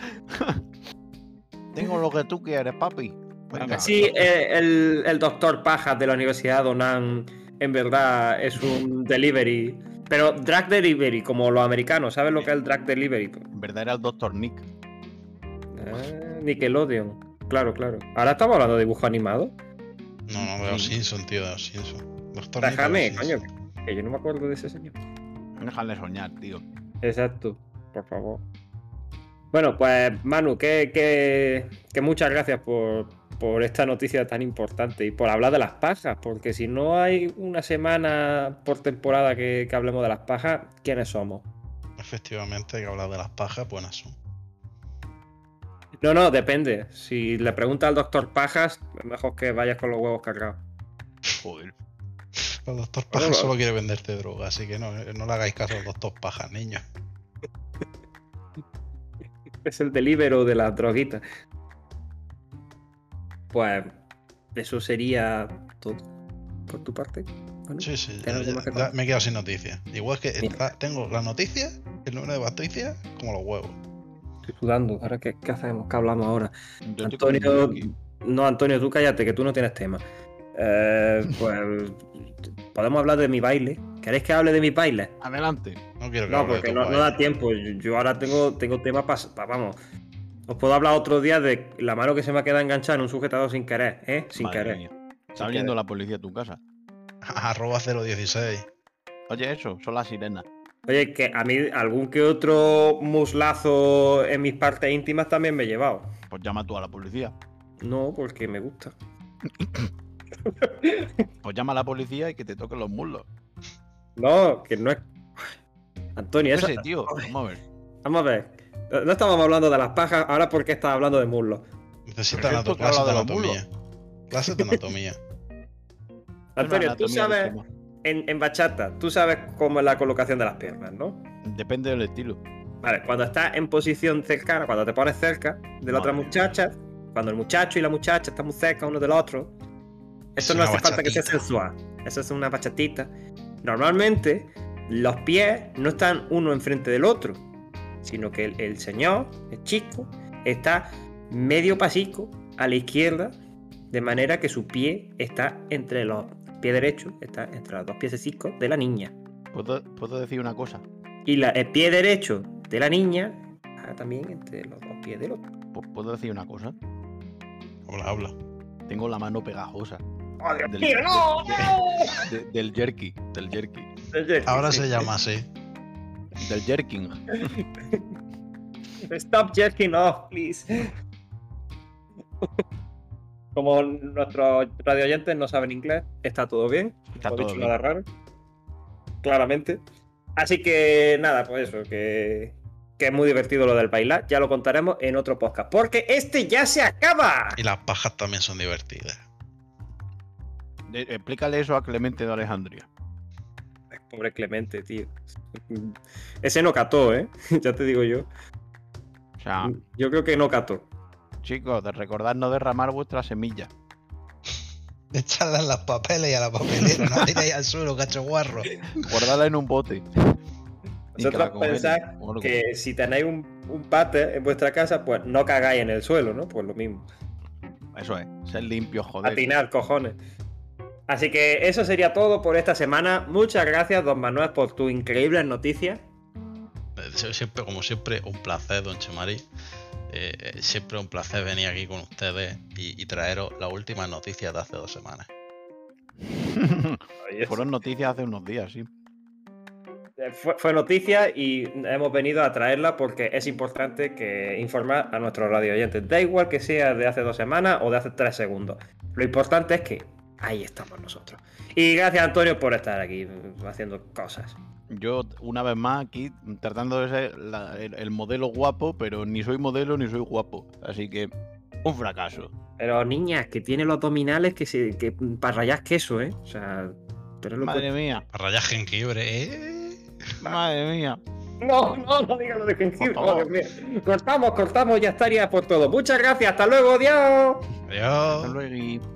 S2: Tengo lo que tú quieres, papi. Venga.
S1: Sí, eh, el, el doctor Pajas de la Universidad Donan en verdad es un delivery. Pero drag delivery, como los americanos, ¿sabes lo que es el drag delivery?
S2: En verdad era el Dr. Nick.
S1: Ah, Nickelodeon. Claro, claro. Ahora estamos hablando de dibujo animado.
S3: No, no veo Simpson, tío, veo Simpson. Los tornitos
S1: Déjame,
S3: de
S1: coño,
S3: Simpson.
S1: que yo no me acuerdo de ese señor.
S2: Déjale soñar, tío.
S1: Exacto, por favor. Bueno, pues Manu, que, que- que muchas gracias por, por esta noticia tan importante y por hablar de las pajas, porque si no hay una semana por temporada que, que hablemos de las pajas, ¿quiénes somos?
S3: Efectivamente, hay que hablar de las pajas, buenas son. *laughs*
S1: No, no, depende. Si le preguntas al doctor Pajas, mejor que vayas con los huevos cargados.
S2: Joder.
S3: El doctor Paja
S1: Bueno,
S3: solo quiere venderte droga, así que no, no le hagáis caso al doctor Paja, niños.
S1: Es el delivero de las droguitas. Pues eso sería todo por tu parte. Manu.
S3: Sí, sí,
S1: ¿Tiene
S3: ya-
S1: algo más
S3: ya-
S1: que contar?
S3: me he quedado sin noticias. Igual que
S1: Mira.
S3: está- tengo las noticias, el número de noticias, como los huevos.
S1: Estoy sudando. Ahora, ¿qué, qué hacemos? ¿Qué hablamos ahora?
S2: Yo estoy
S1: Antonio-
S2: comiendo aquí.
S1: No, Antonio, tú cállate, que tú no tienes tema.
S2: *laughs*
S1: Eh, pues podemos hablar de mi baile. ¿Queréis que hable de mi baile?
S2: Adelante.
S3: No quiero que
S1: No,
S3: hable de
S1: porque
S3: tu
S1: no,
S3: país. *laughs*
S1: no da tiempo. Yo, yo ahora tengo, tengo temas para. vamos. Os puedo hablar otro día de la mano que se me ha quedado enganchada en un sujetador sin querer, ¿eh? Sin
S2: Madre
S1: querer.
S2: mía. Está
S1: Sin
S2: viendo
S1: querer.
S2: la policía a tu casa.
S3: Arroba 016.
S2: Oye, eso, son las sirenas.
S1: Oye, que a mí algún que otro muslazo en mis partes íntimas también me he llevado.
S2: Pues llama tú a la policía.
S1: No, porque me gusta.
S2: Pues llama a la policía y que te toquen los muslos.
S1: No, que no es. Antonio,
S2: Yo
S1: eso.
S2: sé,
S1: *laughs*
S2: tío. Vamos a ver.
S1: Vamos a ver. No estábamos hablando de las pajas, ahora porque estás hablando de muslos.
S3: Necesita
S2: Pero esto
S3: anato-
S2: que habla
S3: clases de
S2: de los mulos.
S3: anatomía. Clases de anatomía.
S1: Antonio, tú
S2: Una anatomía
S1: sabes,
S2: del
S1: en, en bachata, tú sabes cómo es la colocación de las piernas, ¿no?
S2: tema. Depende del estilo.
S1: Vale, cuando estás en posición cercana, cuando te pones cerca de la otra
S2: Madre
S1: muchacha, cuando el muchacho y la muchacha están muy cerca uno del otro,
S3: Es
S1: eso no
S3: una
S1: hace falta que sea
S3: bachatita.
S1: sensual. Eso es una bachatita. Normalmente, los pies no están uno enfrente del otro, sino que el, el señor, el chico, está medio pasico a la izquierda, de manera que su pie está entre los el pie derecho, está entre los dos piececicos de la niña.
S2: ¿Puedo, puedo decir una cosa?
S1: Y la- el pie derecho de la niña está también entre los dos pies del otro.
S2: Pu- ¿Puedo decir una cosa?
S3: Habla, habla.
S2: Tengo la mano pegajosa.
S1: ¡Oh, Dios
S2: Del-
S1: mío, no!
S2: de- del jerky. Del jerky.
S3: Ahora se llama así.
S2: Del jerking.
S1: Stop jerking off, please. Como nuestros radio oyentes no saben inglés, está todo bien.
S2: Está
S1: no he
S2: todo
S1: dicho
S2: bien.
S1: nada raro. Claramente. Así que nada, pues eso, que, que es muy divertido lo del bailar. Ya lo contaremos en otro podcast. Porque este ya se acaba.
S3: Y las pajas también son *laughs* divertidas.
S2: De- explícale eso a Clemente de Alejandría.
S1: Pobre Clemente, tío. Ese no cató, ¿eh? *laughs* ya te digo yo.
S2: O sea,
S1: Mm, Yo creo que no cató.
S2: chicos, de recordad no derramar vuestra semilla.
S3: Echadlas en las papeles y a la papelera, no tiréis al suelo, cacho guarro.
S2: Guardadla en un bote. Ni que la
S1: Vosotros
S2: congelen,
S1: pensad
S2: o algo.
S1: que si tenéis un, un pate en vuestra casa, pues no cagáis en el suelo, ¿no? Pues lo mismo.
S2: Eso es, ser limpio, joder. *laughs*
S1: Atinar, cojones. Así que eso sería todo por esta semana. Muchas gracias, don Manuel, por tus increíbles noticias.
S3: Eh, Siempre, como siempre, un placer, don Chemari. Eh, eh, siempre un placer venir aquí con ustedes y, y traeros las últimas noticias de hace dos semanas.
S2: Fueron noticias hace unos días, sí.
S1: Eh, Fue, fue noticia y hemos venido a traerla porque es importante que informar a nuestros radio oyentes. Da igual que sea de hace dos semanas o de hace tres segundos. Lo importante es que ahí estamos nosotros. Y gracias, Antonio, por estar aquí eh, haciendo cosas.
S2: Yo, una vez más, aquí tratando de ser la- el, el modelo guapo, pero ni soy modelo ni soy guapo. Así que, un fracaso.
S1: Pero niñas, que tiene los abdominales que, se, que mm, para rayar queso, ¿eh? O sea, tenedlo en
S3: *laughs*
S2: Madre mía,
S3: Para rayar jengibre, ¿eh?
S2: madre mía.
S1: cuenta. No, no, no digas lo de jengibre.
S2: Por favor.
S1: oh, Dios mío. Cortamos, cortamos, ya estaría por todo. Muchas gracias, hasta luego, adiós.
S3: Adiós.
S2: Hasta luego.